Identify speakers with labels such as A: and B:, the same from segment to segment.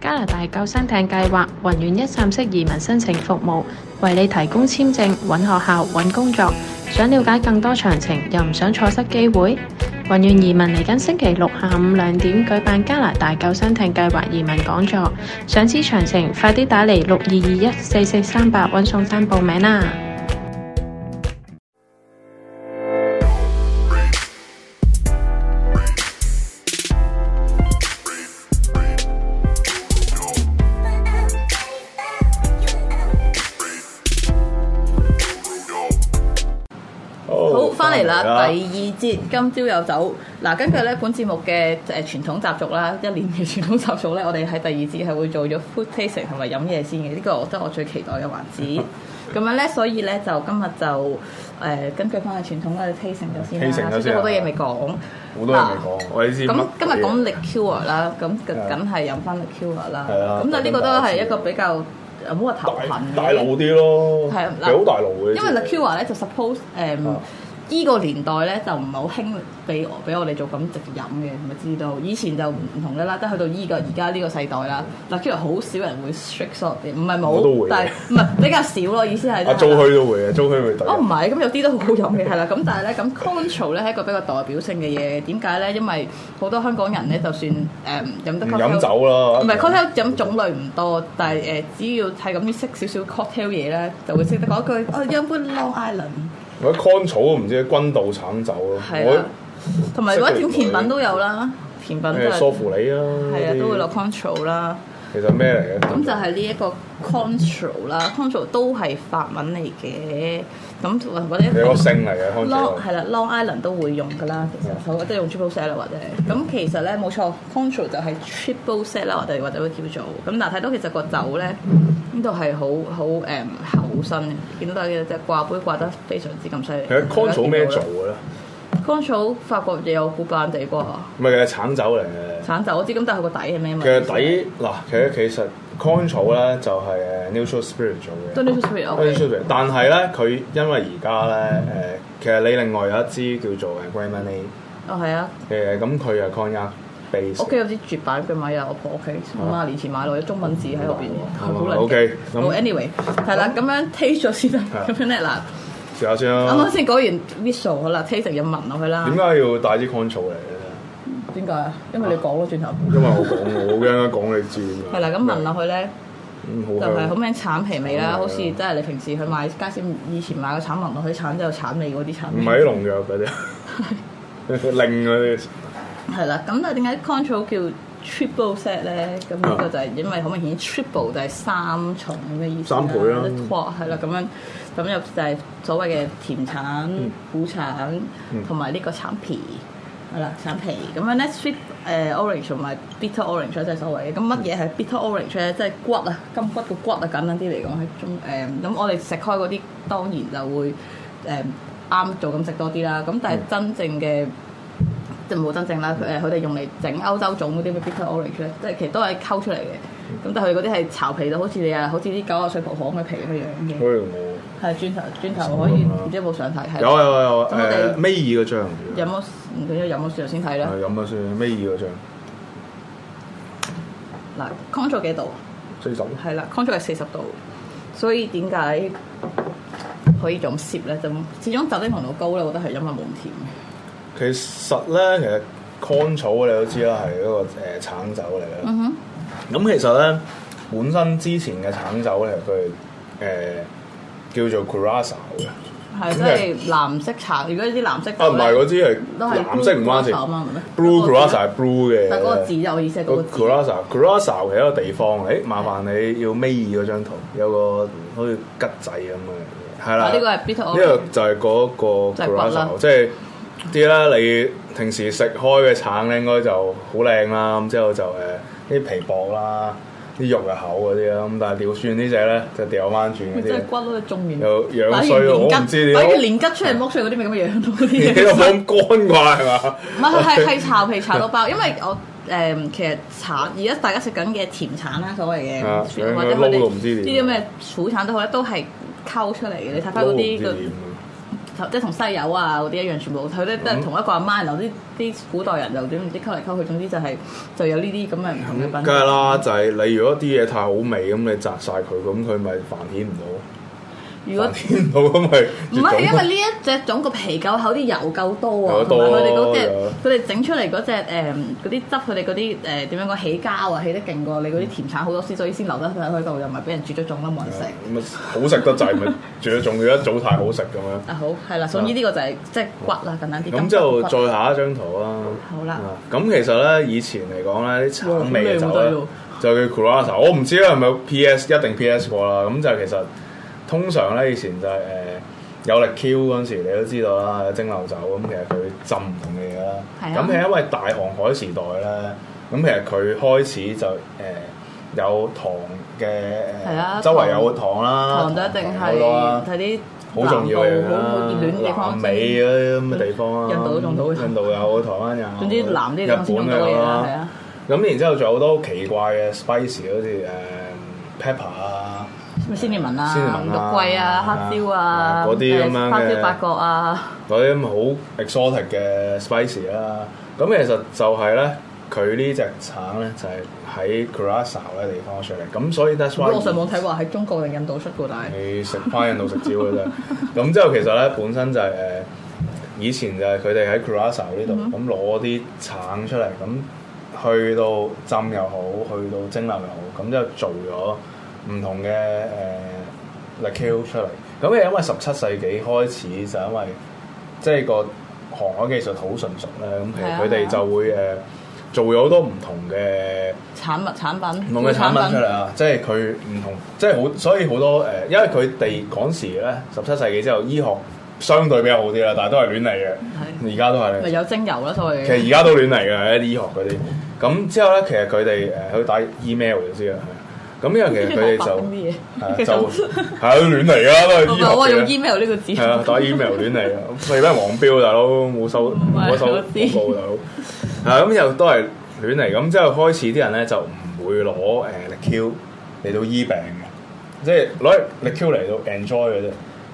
A: 加拿大救生艇計劃宏願一站式移民申請服務，為你提供簽證、揾學校、揾工作。想了解更多詳情，又唔想錯失機會，宏願移民嚟緊星期六下午兩點舉辦加拿大救生艇計劃移民講座。想知詳情，快啲打嚟六二二一四四三八揾宋生報名啦！
B: 好，翻
C: 哦返
B: 嚟啦，
C: 嚟啊
B: 第二節今朝有酒。嗱，根據咧本節目嘅誒傳統習俗啦，一年嘅傳統習俗咧，我哋喺第二節係會做咗 food tasting 同埋飲嘢先嘅，呢、個我覺得我最期待嘅環 節。咁樣咧，所以咧就今日就誒、根據翻嘅傳統咧 tasting 咗先
C: tasting
B: 啦，
C: 咗
B: 雖
C: 先啊
B: 然好多嘢未講。
C: 好多人未講，我哋先
B: 咁今日講
C: 講
B: liqueur 啦，咁梗
C: 係啊
B: 梗係飲翻 liqueur 啦。
C: 係啊
B: 咁但係呢個都係一個比較唔好話頭
C: 大
B: 痕
C: 大
B: 嘅
C: 路啲咯，
B: 係啊
C: 其實好大路嘅，
B: 因為 liqueur 咧就 suppose 誒、
C: 啊
B: 依個年代咧就唔係好興俾我俾我哋做咁直接飲嘅，咪知道。以前就唔同嘅啦，得去到依個而家呢個世代啦，liqueur 好少人會 strict shot 嘅，唔係
C: 我都會嘅
B: 冇，但係唔係比較少咯，意思係。
C: 阿租區啊都會嘅，租區會第一
B: 哦，唔係，咁有啲都好好飲嘅，係啦。咁但係咧，咁 control 咧係一個比較代表性嘅嘢。點解咧？因為好多香港人咧，就算誒飲得
C: 唔
B: cocktail-
C: 飲酒啊啦，
B: 唔係 cocktail 飲種類唔多，但係誒、呃只要係咁識少少 cocktail 嘢咧，就會識得講一句哦，飲杯 Long Island
C: 或者 con 草都唔知君道橙酒咯，
B: 係啊
C: 我，
B: 啦同埋如果
C: 識佢
B: 甜甜
C: 唔會
B: 品都有啦，甜品都
C: 誒梳
B: 係
C: 芙里啊，
B: 係啊，
C: 嗰啲
B: 都會落 control 啦。
C: 其實咩嚟嘅？
B: 咁就係呢一個 control 啦，control 都係法文嚟嘅，咁或或者
C: 有個姓嚟嘅 con 草
B: Long 係啦，Long Island 都會用噶啦，其實好即係用 triple set 啦，或者係咁其實咧冇錯，control 就係 triple set 啦，我哋或者會叫做咁，但係睇到其實個酒咧呢度係好好誒厚身嘅，見到有隻掛杯掛得非常之咁犀利。
C: 其實 con 草咩做
B: 做
C: 嘅咧？
B: ？control 法國嘢有古巴地啩，
C: 唔係嘅橙酒嚟嘅。
B: 橙酒我知，咁但係佢個底係咩嘛？
C: 嘅底嗱，其實其實 con 草咧就係誒 neutral spirit 做嘅。
B: 都呢出 spirit
C: 可以
B: OK，
C: 出嚟，但係咧，佢因為而家咧誒，其實你另外有一支叫做誒 Grand m a n y
B: 哦係啊，
C: 誒，咁佢係 cognac base
B: 屋企有支絕版嘅米啊，我婆屋企五啊年前買落，有中文字喺入邊，好撚勁
C: 啊哦 OK，咁
B: 好 anyway，係啦，咁樣 taste 咗先啦，
C: 係啊
B: 咁樣咧嗱。
C: 試下先
B: 啱啱
C: 啦。
B: 先講完 whistle 好啦，taste 又聞落去啦
C: 點。啊解要帶支 con 草嚟嘅
B: 點解啊？因為你講咯，轉頭。
C: 咧？因為我講我好驚啊講你知㗎。
B: 係啦，咁聞落去咧，
C: 嗯，
B: 就
C: 好
B: 係好
C: 香。
B: 咩橙皮味啦，
C: 嗯
B: 好似真係你平時去買街市以前買個橙聞落去橙都有橙味嗰啲橙
C: 唔
B: 味。
C: 係啲啊農藥 嗰啲，令嗰啲。
B: 係啦，咁但係點解 control 叫 triple set 咧？咁呢個就係因為好明顯 triple 就係三重嘅意思
C: 三倍啊嗯啦
B: 哇，係啦，咁樣咁又就係所謂嘅甜橙、
C: 嗯
B: 苦橙同埋呢個橙皮。係啦，橙皮咁樣咧，sweet 誒 orange 同埋 bitter orange 咧，即係所謂嘅。咁乜嘢
C: 嗯
B: 係 bitter orange 咧？即係骨啊，金骨個骨啊，簡單啲嚟講係中誒。咁、我哋食開嗰啲當然就會誒啱、做咁食多啲啦。咁但係
C: 嗯
B: 真正嘅即係冇真正啦，誒佢哋用嚟整歐洲種嗰啲咩 bitter orange 咧，即係其實都係溝出嚟嘅。咁但係佢嗰啲係巢皮到好似你啊，好似啲九啊歲婆婆咁嘅皮咁樣嘅。
C: 所以我
B: 係轉頭轉頭可以唔知有冇相睇？係
C: 嗯有啊有啊有啊
B: 咁我哋
C: 誒，尾二嗰張。
B: 有冇唔緊要有冇時候先睇啦。
C: 係飲咗先，尾二嗰張。
B: 嗱，control 幾度？
C: 四十。
B: 係啦，control 係四十度，所以點解可以咁攝咧？就始終酒精濃度高咧，我覺得係因為冇咁甜嘅。
C: 其實咧，其實 con 草你都知啦，係一個誒、呃橙酒嚟嘅。咁、
B: 哼
C: 其實咧，本身之前嘅橙酒咧，佢誒叫做 curacao 嘅。
B: 係即
C: 咩
B: 係藍色茶，如果啲藍色
C: 啊，唔係嗰支
B: 都
C: 係
B: 係
C: 藍色唔關事。
B: Curacao 嘛係咪
C: blue
B: 嗰個字
C: curacao 係 blue 嘅。
B: 但係嗰個字有意思係
C: 個
B: 嗰個字。
C: curacao curacao 哦係一個地方。誒，麻煩你要尾二嗰張圖，有個好似吉仔咁嘅嘢。係啦。
B: 啊呢個係 bitter orange
C: 呢個就係嗰個
B: 就係骨啦
C: curacao，即係啲啦。你平時食開嘅橙咧，應該就好靚啦。咁之後就誒啲皮薄啦，啲肉又厚嗰啲啦。咁但係調轉呢只咧，就掉翻轉嗰
B: 即 係
C: 啲。
B: 骨都種完，
C: 又樣
B: 擺完
C: 衰咯
B: 連
C: 我
B: 吉
C: 唔知你
B: 擺
C: 有
B: 完連吉出嚟剝出嚟嗰啲咪咁嘅樣咯，嗰啲
C: 你
B: 嘢
C: 又冇咁乾啩係嘛？
B: 唔 係係係炒皮炒到爆，因為我誒、其實橙而家大家食緊嘅甜橙啦，所謂嘅
C: 啊
B: 或者佢
C: 撈到
B: 哋
C: 唔知點
B: 啲咁嘅苦橙都好咧，都係溝出嚟嘅。你睇翻嗰
C: 撈唔
B: 啲
C: 知嗯
B: 個
C: 點
B: 即係同西柚啊嗰啲一樣，全部佢都
C: 嗯
B: 都係同一個阿媽，然後啲啲古代人就點唔知溝嚟溝去，總之就係就有呢啲咁嘅唔同嘅品
C: 嗯梗
B: 種。
C: 係啦，就係、你如果啲嘢太好味，咁你摘晒佢，咁佢咪繁衍唔到，繁衍唔到咁咪
B: 如果唔係，因為
C: 絕
B: 呢一隻種個皮夠厚，啲油夠多啊
C: 油，
B: 同
C: 多啊
B: 埋佢哋嗰
C: 有啊
B: 隻，佢哋整出嚟嗰隻誒嗰啲汁，佢哋嗰啲誒點樣講起膠啊，起得勁過你嗰啲甜橙好多絲，所以先留得喺度，又唔係俾人絕咗種啦，冇人食。
C: 種。咁啊好食得滯，咪仲要仲要一早太好食咁樣。
B: 啊好，係啦，總之呢個就係即係骨啦，簡單啲。
C: 啊咁就
B: 骨
C: 再下一張圖啦。
B: 好啦
C: 啊。咁其實咧，以前嚟講咧，啲橙味嘅酒咧
B: 哇好靚喎睇到
C: 就叫 Curacao。我唔知咧係咪 PS 一定 PS 過啦。咁就其實通常咧，以前就係、誒、呃有力 Q 嗰陣時，你都知道啦，有蒸馏酒咁，其實佢浸唔同嘅嘢啦。
B: 係啊
C: 咁係因為大航海時代咧，咁其實佢開始就誒、呃有糖嘅呃
B: 係啊
C: 誒，周圍有糖啦，
B: 糖就一定
C: 好
B: 係
C: 多啦
B: 睇啲
C: 好重要嘅
B: 南部好好熱戀嘅地
C: 南
B: 方。
C: 美啊嗰啲咁嘅地方啦，
B: 印度都種到嘅
C: 印度有，台灣有，
B: 總之南啲地方先種到嘅嘢啦，係啊。。
C: 咁然之後仲有好多奇怪嘅 spice，好似誒嗯 pepper 啊，
B: 咩仙人紋啊、
C: 仙人紋啊
B: 肉桂啊、黑椒啊、
C: 嗰啲咁樣嘅
B: 誒花椒八角啊，
C: 嗰啲咁好 exotic 嘅 spice 啦。咁其實就係咧，佢呢只橙咧就係喺 Curacao 嘅地方出嚟，咁所以 that's
B: 咁
C: why
B: 我上網睇話喺中國定印度出嘅，但係。
C: 你食翻印度食蕉嘅啫。 咁之後其實咧本身就係、誒、呃以前就係佢哋喺 Curacao 呢
B: 嗯
C: 度咁攞啲橙出嚟，咁去到浸又好，去到蒸馏又好，咁之後做咗唔同嘅誒、l i q u 出嚟。咁係因為十七世紀開始就因為即係個航海技術好純熟咧，咁其
B: 係啊
C: 實佢哋
B: 係啊
C: 就會誒、呃做咗好多唔同嘅。
B: 產物產品，
C: 唔同嘅產品出嚟啊！即係佢唔同，即係好，所以好多誒、呃因為佢哋嗰時咧，十七世紀之後，醫學相對比較好啲啦，但係都係亂嚟嘅，而家都係
B: 咪
C: 咧。
B: 有精油啦，所
C: 其實
B: 謂
C: 而家都亂嚟嘅啲醫學嗰啲。咁之後咧，其實佢哋誒去打 email 就知啦。係咁因為 其實佢哋
B: 白冰啲
C: 就
B: 嘢
C: 係就係啊亂嚟㗎啦，都
B: 我
C: 係醫
B: 話我
C: 學
B: 用
C: 嘅。
B: email 呢個字，
C: 係啊，打 email 亂嚟啊！你俾人黃標大佬冇收冇收
B: 我知
C: 廣告大佬，係咁又都係亂嚟咁，之後開始啲人咧就唔會攞誒力 Q 嚟到醫病嘅，即係攞力 Q 嚟到 enjoy 嘅啫。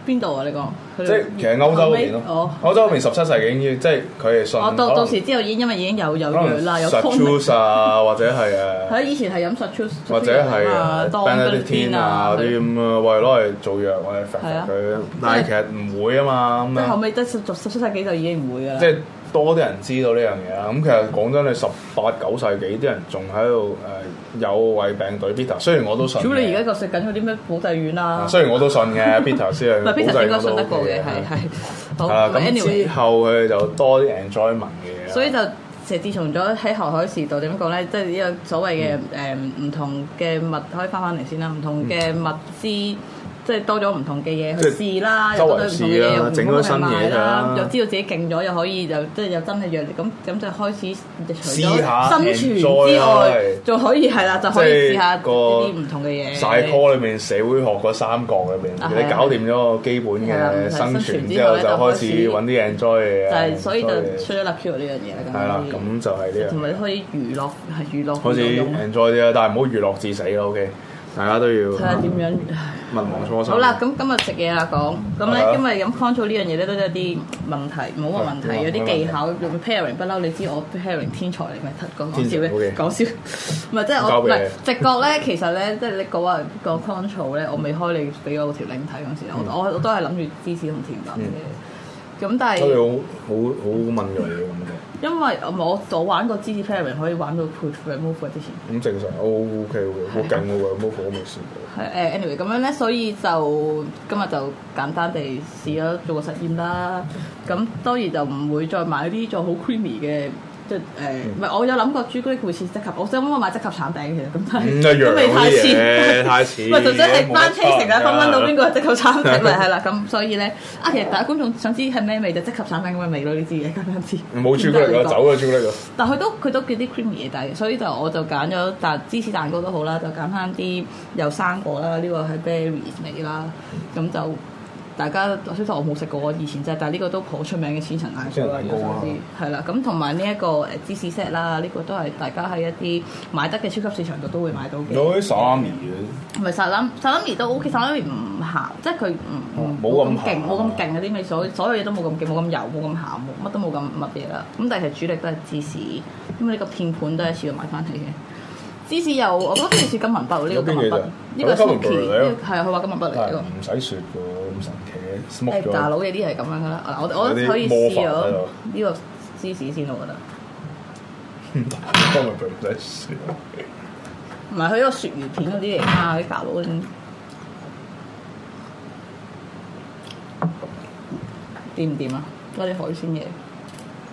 B: 邊度啊？你講佢哋
C: 即係其實歐洲嗰邊咯
B: 哦，，
C: 歐洲嗰邊十七世紀已經即係佢哋信
B: 我
C: 可
B: 到到
C: 能
B: 時之後已經因為已經有有
C: 可
B: 藥
C: 能
B: 啦，有
C: s a t u
B: tonic
C: s 啊，或者係誒。
B: 係以前係飲 s a t u s
C: 或者係
B: 啊
C: 誒 Benedictine 啊嗰啲咁啊，喂攞嚟做藥，我哋揈
B: 係
C: 揈
B: 啊
C: 佢，但係其實唔會啊嘛咁
B: 即係
C: 樣
B: 後。尾即係十七世紀就已經唔會㗎啦。
C: 即係多啲人知道呢樣嘢啦。咁其實講真，你十八九世紀啲人仲喺度誒有為病對 Peter，雖然我都信嘅。
B: 主要你而家就食緊嗰啲咩保濟丸啊，
C: 雖然我都信嘅 Peter 先 係
B: 唔係 Peter 應該信
C: 保濟我
B: 得過嘅，
C: 都
B: 係
C: OK
B: 係
C: 係
B: 好
C: 啦咁
B: anyway
C: 之。後佢哋就多啲 enjoyment 嘅嘢啦。
B: 所以就其實自從咗喺航海時代點講咧，即係呢個所謂嘅誒
C: 嗯
B: 唔同嘅物可以翻返嚟先啦，唔同嘅物資即係多咗唔同嘅嘢去
C: 即
B: 試啦，
C: 周
B: 又
C: 圍
B: 多咗唔同嘅
C: 試啦
B: 嘢又唔
C: 整
B: 同
C: 咗
B: 嘅
C: 新嘢
B: 賣啦
C: 啦，
B: 又知道自己勁咗，又可以又即係又真係弱力咁咁就開始除
C: 試下
B: 咗生存
C: enjoy
B: 之
C: 啦
B: 外，仲可以係啦，就可以試下呢啲唔同嘅嘢。
C: 晒 call 裏面社會學嗰三角裏面，
B: 啊係啊
C: 你搞掂咗個基本
B: 係啊
C: 嘅
B: 係
C: 生
B: 生
C: 存
B: 存
C: 之
B: 之
C: 後，
B: 後
C: 就
B: 咧
C: 開始
B: 就
C: 揾
B: 開
C: 啲 enjoy 嘅嘢
B: 就
C: 啊。
B: 係所以就
C: enjoy 嘅嘢
B: 出咗立 Q 呢樣嘢啦，
C: 係啦，
B: 咁可以
C: 咁就係呢樣
B: 同。埋你可以娛樂係娛樂
C: 開始
B: 娛樂用
C: enjoy 啲啦，但係唔好娛樂至死咯，OK？大家都要
B: 睇下點樣。
C: 勿忘初心。
B: 好啦，咁今日食嘢啦講，咁
C: 係啊
B: 咧因為飲 control 呢樣嘢咧都有啲問題，唔好話問題，
C: 係
B: 有
C: 冇問
B: 啲
C: 題
B: 技巧用 pairing 不嬲，你知我 pairing 天才嚟咪得講講笑
C: 天
B: 咧，
C: 才
B: 講笑，唔係即係
C: 交
B: 我唔
C: 俾
B: 係
C: 你
B: 直覺咧，其實咧即係你嗰日個 control 咧，我未開你俾我條 link 睇嗰陣時，
C: 嗯
B: 我我我都係諗住芝士同甜品嘅，咁但
C: 所以
B: 係
C: 好好好敏鋭嘅咁
B: 因為我我玩過芝士 pairing 可以玩到 put remove 嘅之前。
C: 嘅，咁正常。O K O K，好勁嘅喎，冇我未試過。
B: 係誒，anyway Ờ, 咁樣咧，所以就今日就簡單地試咗做個實驗啦。咁當然就唔會再買啲再好 creamy 嘅，即係誒，唔係我有諗過朱古力會似即合，我想幫我買即合橙餅其實咁，但
C: 唔
B: 係
C: 一樣
B: 都未太
C: 啲嘢，
B: 似。
C: 太似。
B: 唔係，就真係班
C: 啊
B: K 食啦，分分到邊
C: 個？
B: 個係即合橙 餅咪係啦。咁所以咧，啊其實大家觀眾想知係咩味就即合橙餅咁嘅味咯，呢支嘢簡單啲。
C: 冇朱古力啊，走啊朱古力啊！
B: 但佢都佢都叫啲 creamy 嘢底，所以就我就揀咗但芝士蛋糕都好啦，就揀翻啲有生果啦，呢、個係 berries 味啦，咁就大家我雖然我冇食過，我以前就但係呢個都好出名嘅千層奶糕啦，
C: 千層蛋
B: 要
C: 糕啊
B: 手啲係啦。咁同埋呢一個誒芝士 set 啦，呢個都係大家喺一啲買得嘅超級市場度都會買到嘅。
C: 有啲沙米嘅，
B: 唔係沙拉沙拉味都 OK，沙拉味唔鹹，即係佢唔唔
C: 哦冇咁鹹
B: 勁，冇咁勁嗰啲味，所所有嘢都冇咁勁，冇咁油，冇咁鹹，冇乜都冇咁乜嘢啦。咁但係主力都係芝士，咁你個片盤都係一次要買翻嚟嘅。芝士又，我覺得好似金文筆喎，呢
C: 有
B: 個
C: 邊
B: 金
C: 幾
B: 文筆
C: 隻，
B: 呢個係
C: 有金文筆
B: Suki，
C: 嚟啊
B: 呢個係佢話金文筆
C: 但
B: 嚟呢
C: 係
B: 個。
C: 唔使雪嘅喎，咁神奇嘅
B: 誒
C: ，smoke
B: 大
C: 咗。
B: 佬嘅啲係咁樣噶啦，嗱我我
C: 有啲
B: 可以
C: 魔
B: 試
C: 法喺
B: 咗
C: 度
B: 呢個芝士先，我覺得。
C: 今日佢唔使雪，
B: 唔係佢呢個鱈魚片嗰啲嚟啊，啲大佬嗰啲。掂唔掂啊？嗰啲海鮮嘢，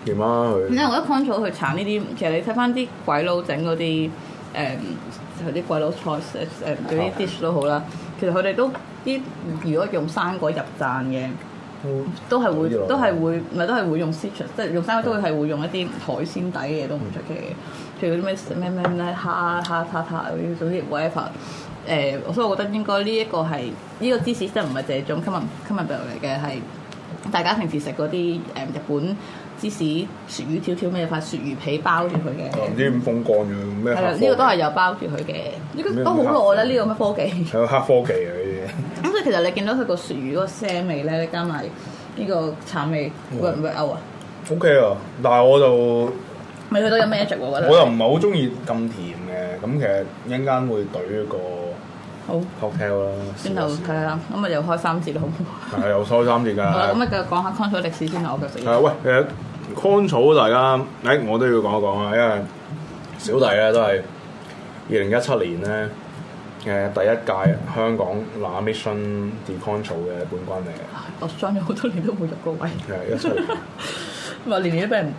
C: 點啊佢？
B: 因為我覺得 control 佢產呢啲，其實你睇翻啲鬼佬整嗰啲誒，佢啲鬼佬菜誒誒嗰啲 dish 都好啦，其實佢哋都啲如果用生果入贊嘅。都係會都係會唔係都係會用 citrus，即係嗯用生果都會係會用一啲海鮮底嘅嘢都唔出奇嘅，譬如嗰啲咩咩咩咩蝦蝦塔塔嗰啲，總之 whatever。誒、所以我覺得應該呢一個係呢、個芝士真係唔係淨係種 common common 嚟嘅，係大家平時食嗰啲誒日本芝士鱈魚條條咩塊鱈魚皮包住佢嘅。
C: 我唔知點風乾咗咩
B: 係
C: 黑
B: 啦，
C: 科技？
B: 呢哦個都係有包住佢嘅，呢、個都好耐啦，呢、個咩科技？
C: 有黑科技嘅呢
B: 咁所以其實你見到佢個鱈魚嗰個腥味咧，加埋呢個橙味，會唔會勾啊？
C: 啲。O K 啊，但係我就
B: 未去到有 magic 喎，我覺
C: 我又
B: 得。
C: 唔係好中意咁甜嘅，咁其實一陣間會懟個
B: 好，
C: cocktail 啦。
B: 轉頭睇下啦，咁咪又開三節啦，好唔好？
C: 係又收三節㗎。
B: 好啦，咁咪啊繼續講下 c o n t r 歷史先啦，我繼續
C: 係
B: 要。
C: 喂，其實 con 草大
B: 啊
C: 家，誒我都要講一講啊，因為小弟咧都係二零一七年咧嘅第一屆香港 La Mission De Con 草嘅冠軍嚟嘅
B: 我傷咗好多年都冇入過位，，
C: 係一七年
B: 咪年年都俾人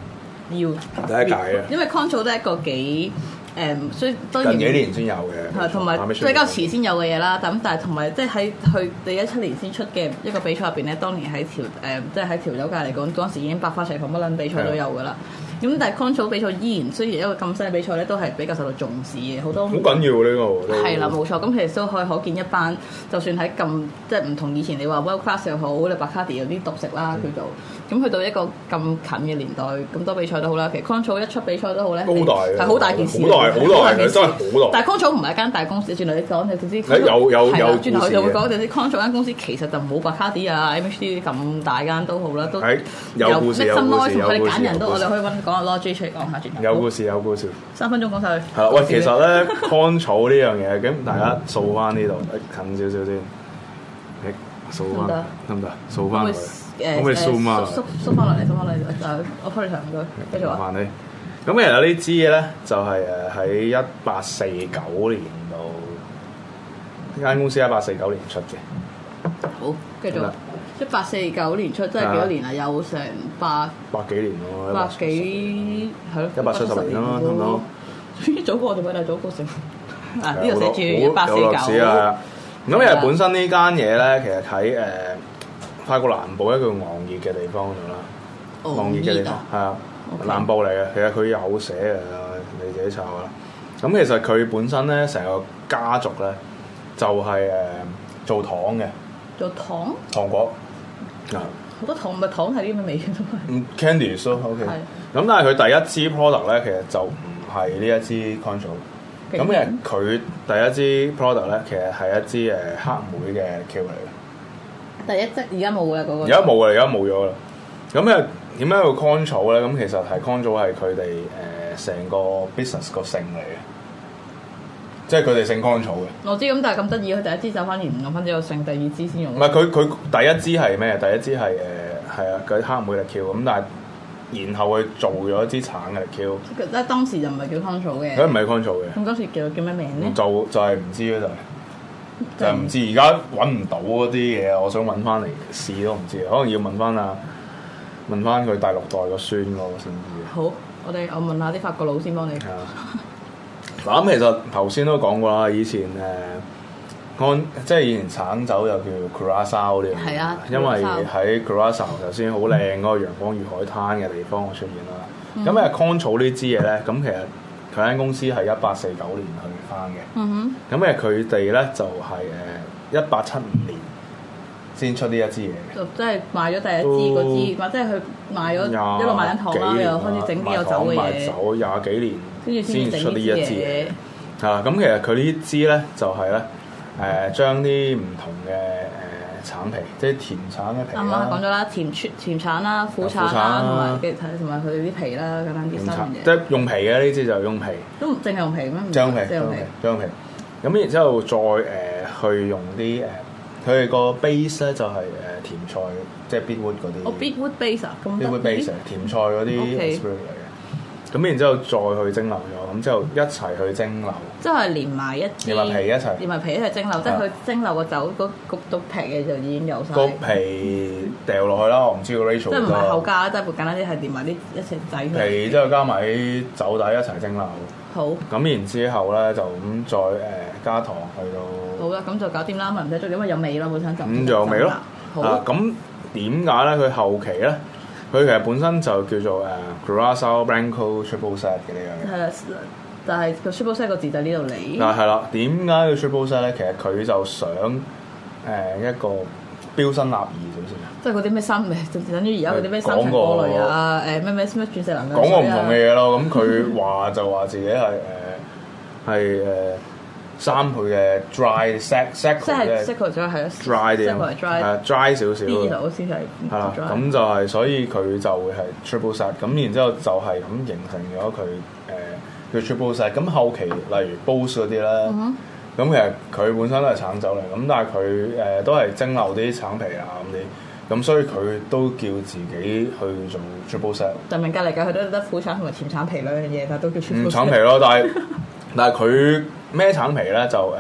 B: 要。
C: 第一屆嘅，
B: 因為 c o n t r 都係一個幾誒，所以 當然啊
C: 近幾年先有嘅。
B: 係同埋
C: La Mission
B: 比較遲先有嘅嘢啦，咁但係同埋即係喺佢哋一七年先出嘅一個比賽入邊咧，當年喺條誒即係喺條友界嚟講，嗰陣時已經百花齊放，乜撚比賽都有噶啦。咁但係 Control 比賽依然雖然一個咁新嘅比賽咧，都係比較受到重視嘅，好多
C: 好緊要呢個我覺得
B: 係啦，冇錯。咁其實都可以可見一班，就算喺咁即係唔同以前你話 World Class 又好，你白卡迪有啲獨食啦
C: 嗯
B: 叫做。咁去到一個咁近嘅年代，咁多比賽都好啦。其實 Control 一出比賽都好咧，
C: 好大嘅
B: 係好大件事，
C: 好大好大嘅
B: 件事
C: 真係好大
B: 但係 Control 唔係一間大公司，轉頭你講你就知。
C: 誒有有
B: 係啦
C: 有故事
B: 轉頭就會
C: 嘅
B: 講就知 Control 間公司其實就冇白卡迪啊、MHD 啲咁大間都好啦，都
C: 係有故事有故事
B: noise
C: 有
B: 佢哋
C: 故
B: 揀
C: 事
B: 人都，
C: 有
B: 我
C: 故
B: 哋
C: 事
B: 可以揾講下 Logic 出嚟講下轉頭。
C: 有
B: 好
C: 故事有故事。
B: 三分鐘講晒佢。
C: 係啦，喂，其實咧 con 草呢樣嘢，咁大家掃翻呢度，近少少先，誒，掃
B: 得唔得
C: 翻得唔得？掃翻
B: 會
C: 佢，可唔可以掃翻
B: 縮縮翻落嚟，縮翻落嚟就我幫你上唔該，繼續啊！
C: 麻煩你。咁其實呢支嘢咧，就係誒喺一八四九年度，呢間公司一八四九年出嘅，
B: 好，繼續
C: 好
B: 啊
C: 啦！
B: 一八四九年出，真係幾多年啊？有成百
C: 啊百幾年咯，
B: 百幾係咯，
C: 一百七十年啦，差唔多。
B: 多。早過我哋偉大祖國成啊！
C: 係
B: 呢度
C: 好多
B: 寫住一八
C: 好
B: 四
C: 有歷史啊
B: 九，
C: 咁因為本身呢間嘢咧，其實喺誒法國南部一個昂熱嘅地方度啦。望熱嘅地方
B: 啊！，
C: 係啊
B: OK，
C: 南部嚟嘅。其實佢有寫嘅，你自己查下啦。咁其實佢本身咧，成個家族咧就係、誒、做糖嘅
B: 做糖
C: 糖果
B: 嗯
C: 啊，
B: 好多糖咪糖係啲咁嘅味嘅都係。
C: 嗯 candies 咯，OK。
B: 係
C: 咁但係佢第一支 product 咧，其實就唔係呢一支 control。咁其
B: 竟
C: 實
B: 然
C: 佢第一支 product 咧，其實係一支誒黑莓嘅 Q 嚟嘅。
B: 第一隻而家冇啦嗰個。
C: 而家冇啊啦，而家冇咗啦。咁啊，點解叫 con 草咧？咁其實係 con 草係佢哋誒成個 business 個姓嚟嘅，即係佢哋姓 con 草嘅。
B: 我知咁，但係咁得意，佢第一支走翻年，用翻之後剩第二支先用
C: 唔。係佢佢第一支係咩？第一支係誒係啊，佢黑莓力 Q 咁，但係然後佢做咗一支橙嘅力 Q，
B: 即係當時就唔係叫 control 嘅。
C: 佢唔係 con 草嘅。
B: 咁嗰時叫叫咩名咧？
C: 就就係唔知咯，就係就係唔知。而家揾唔到嗰啲嘢，我想揾翻嚟試都唔知，可能要問翻啊問翻佢第六代個孫嗰個先知。啊
B: 好，我哋我問下啲法國佬先幫你。
C: 係啊嗱咁其實頭先都講過啦，以前誒呃安即係以前橙酒又叫 Curacao 呢樣嘢
B: 係啊
C: 因為
B: Curacao
C: 喺 Curacao 頭先好靚嗰個陽光與海灘嘅地方出現啦。
B: 嗯
C: 咁誒 Con 草呢支嘢咧，咁其實佢間公司係一八四九年去翻嘅，
B: 嗯
C: 呃咁誒佢哋咧就係誒一八七五年先出呢一支嘢嘅。
B: 就即係賣咗第一支嗰支，或者係佢賣咗一路賣緊糖啦，又開始整啲有酒嘅
C: 啊賣
B: 嘢，
C: 酒廿幾年，
B: 跟住
C: 先
B: 先
C: 出
B: 整
C: 呢
B: 呢
C: 一
B: 支
C: 支嘢
B: 嘢。
C: 係啊啦，咁其實佢呢支咧就係咧誒將啲唔同嘅誒橙皮，即係啊甜橙嘅皮
B: 啱啱講咗
C: 啦，
B: 啦，甜出甜橙啦、苦橙啦，同埋嘅同埋佢哋啲皮啦，咁樣啲
C: 用
B: 新
C: 啊橙
B: 嘅
C: 即
B: 嘢，
C: 係用皮嘅呢支就用皮，
B: 都唔淨係用皮咩？唔
C: 張皮，
B: 淨係
C: 張
B: 用
C: 皮
B: 皮，，
C: 張皮。咁然之後再誒去用啲誒，佢哋個 base 咧就係誒甜菜，即係 beetwood 嗰啲。
B: 我 Beatwood base 啊，哦咁得
C: liquid base 甜菜嗰啲
B: OK
C: spirit 嚟嘅。咁然之後再去蒸餾咗，咁之後一齊去蒸餾。
B: 即係連埋一支，
C: 連埋皮一齊啊
B: 連埋皮一齊蒸餾，即係佢蒸餾個酒嗰嗰度皮嘅就已經有晒，
C: 個
B: 即
C: 皮掉落去啦，我唔知個 ratio
B: 係唔係後
C: 多。
B: 加，即係簡單啲係連埋啲一齊仔出嚟
C: 皮之後加埋啲酒底一齊蒸餾，
B: 好。
C: 咁然之後咧就咁再誒加糖去
B: 好啦，咁就搞掂啦，咪唔使做，因為有味啦，本身就
C: 到嗯咁就有味咯。
B: 好，
C: 啊，咁點解咧？佢後期咧，佢其實本身就叫做誒 Curacao Blanco Triple Set 嘅呢樣嘢。
B: 係啦，呃但係個 super set 個字就呢度
C: 嗱
B: 嚟，
C: 係啦，點解要 triple set 咧？其實佢就想誒、呃一個標新立異少少，
B: 即係嗰啲咩三，就等於而家嗰啲咩三層過濾啊，誒咩咩咩鑽石能量
C: 講個唔
B: 水
C: 同嘅
B: 啊，
C: 嘢咯。咁佢話就話自己係誒係誒三倍嘅 dry set set
B: 即係 s
C: 嘅
B: e c o 咗係咯
C: dry
B: 即
C: 啲
B: 係
C: 啊
B: dry
C: 係 dry 少少
B: 啲
C: 嘅
B: 二頭先係
C: 係啦。
B: dry
C: 咁就係所以佢就會係 triple set，咁然之後就係咁形成咗佢誒叫 triple set。咁後期例如 Bose 嗰啲咧。
B: 嗯
C: 咁其實佢本身都係橙酒嚟，咁但係佢誒都係蒸餾啲橙皮啊咁啲，咁所以佢都叫自己去做 triple set，
B: 就明隔離㗎，佢都得苦橙同埋甜橙皮兩樣嘢，但都叫
C: 唔
B: super
C: 橙嗯皮咯，但係但係佢咩橙皮咧就誒，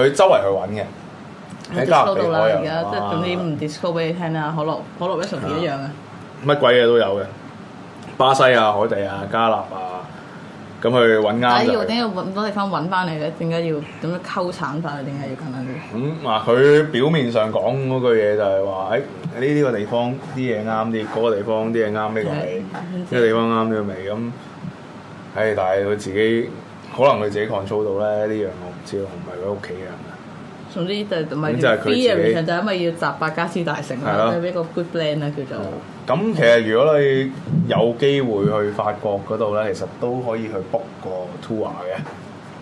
C: 佢、周圍去揾嘅，喺加勒比
B: 到啦，
C: 海
B: 而
C: 啊
B: 家即係總之唔 disco 俾你聽啦，可樂可樂 recipe 一樣
C: 啊
B: 嘅，
C: 乜鬼嘢都有嘅，巴西啊、海地啊、加納啊，咁去揾啱
B: 但係
C: 就
B: 要
C: 係
B: 點解要揾咁多地方揾翻嚟咧？點解要點樣溝橙法？啊點解要咁樣啲？
C: 咁嗱，嗯啊佢表面上講嗰句嘢就係話，誒呢呢個地方啲嘢啱啲，嗰、個地方啲嘢啱呢個味，呢個地方啱呢個味咁。誒、但係佢自己可能佢自己 control 到咧，呢樣我唔知，我唔係佢屋企嘅人啊。
B: 總之就唔係
C: 咁就係佢自己
B: B 嘅 return 就因為要集百家之大成
C: 係咯嗯
B: 啦，即係俾個 good blend 啦叫做。
C: 咁其實如果你有機會去法國嗰度咧，其實都可以去 book 個 tour 嘅，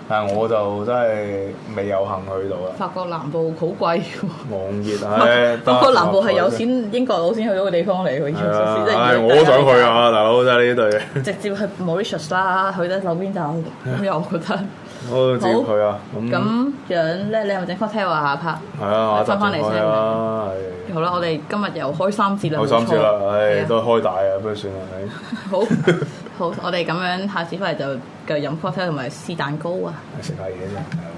C: 但係我就真係未有幸去到啦。
B: 法國南部好貴喎，
C: 望熱唉，
B: 法國南部係有
C: 得
B: 錢英國佬先去到嘅地方嚟，佢要
C: 係啊
B: 即係
C: 唉
B: 要
C: 我都想去啊，大佬真係呢對。
B: 大家！直接去 Mauritius 啦，去得兩邊就
C: 嗯
B: 咁又我覺得
C: 我接佢啊，咁
B: 咁樣咧，你係咪整 cocktail 啊下一
C: 係啊，
B: 翻返嚟先
C: 啦，
B: 拍？好啦，我哋今日又開三節啦，
C: 係開心
B: 冇錯
C: 啲啦，
B: 係
C: 唉，
B: 啊
C: 都開大啊，不如算啦，
B: 好好，我哋咁樣下次翻嚟就繼續飲 cocktail 同埋試蛋糕啊！
C: 唉食下嘢啫。係啊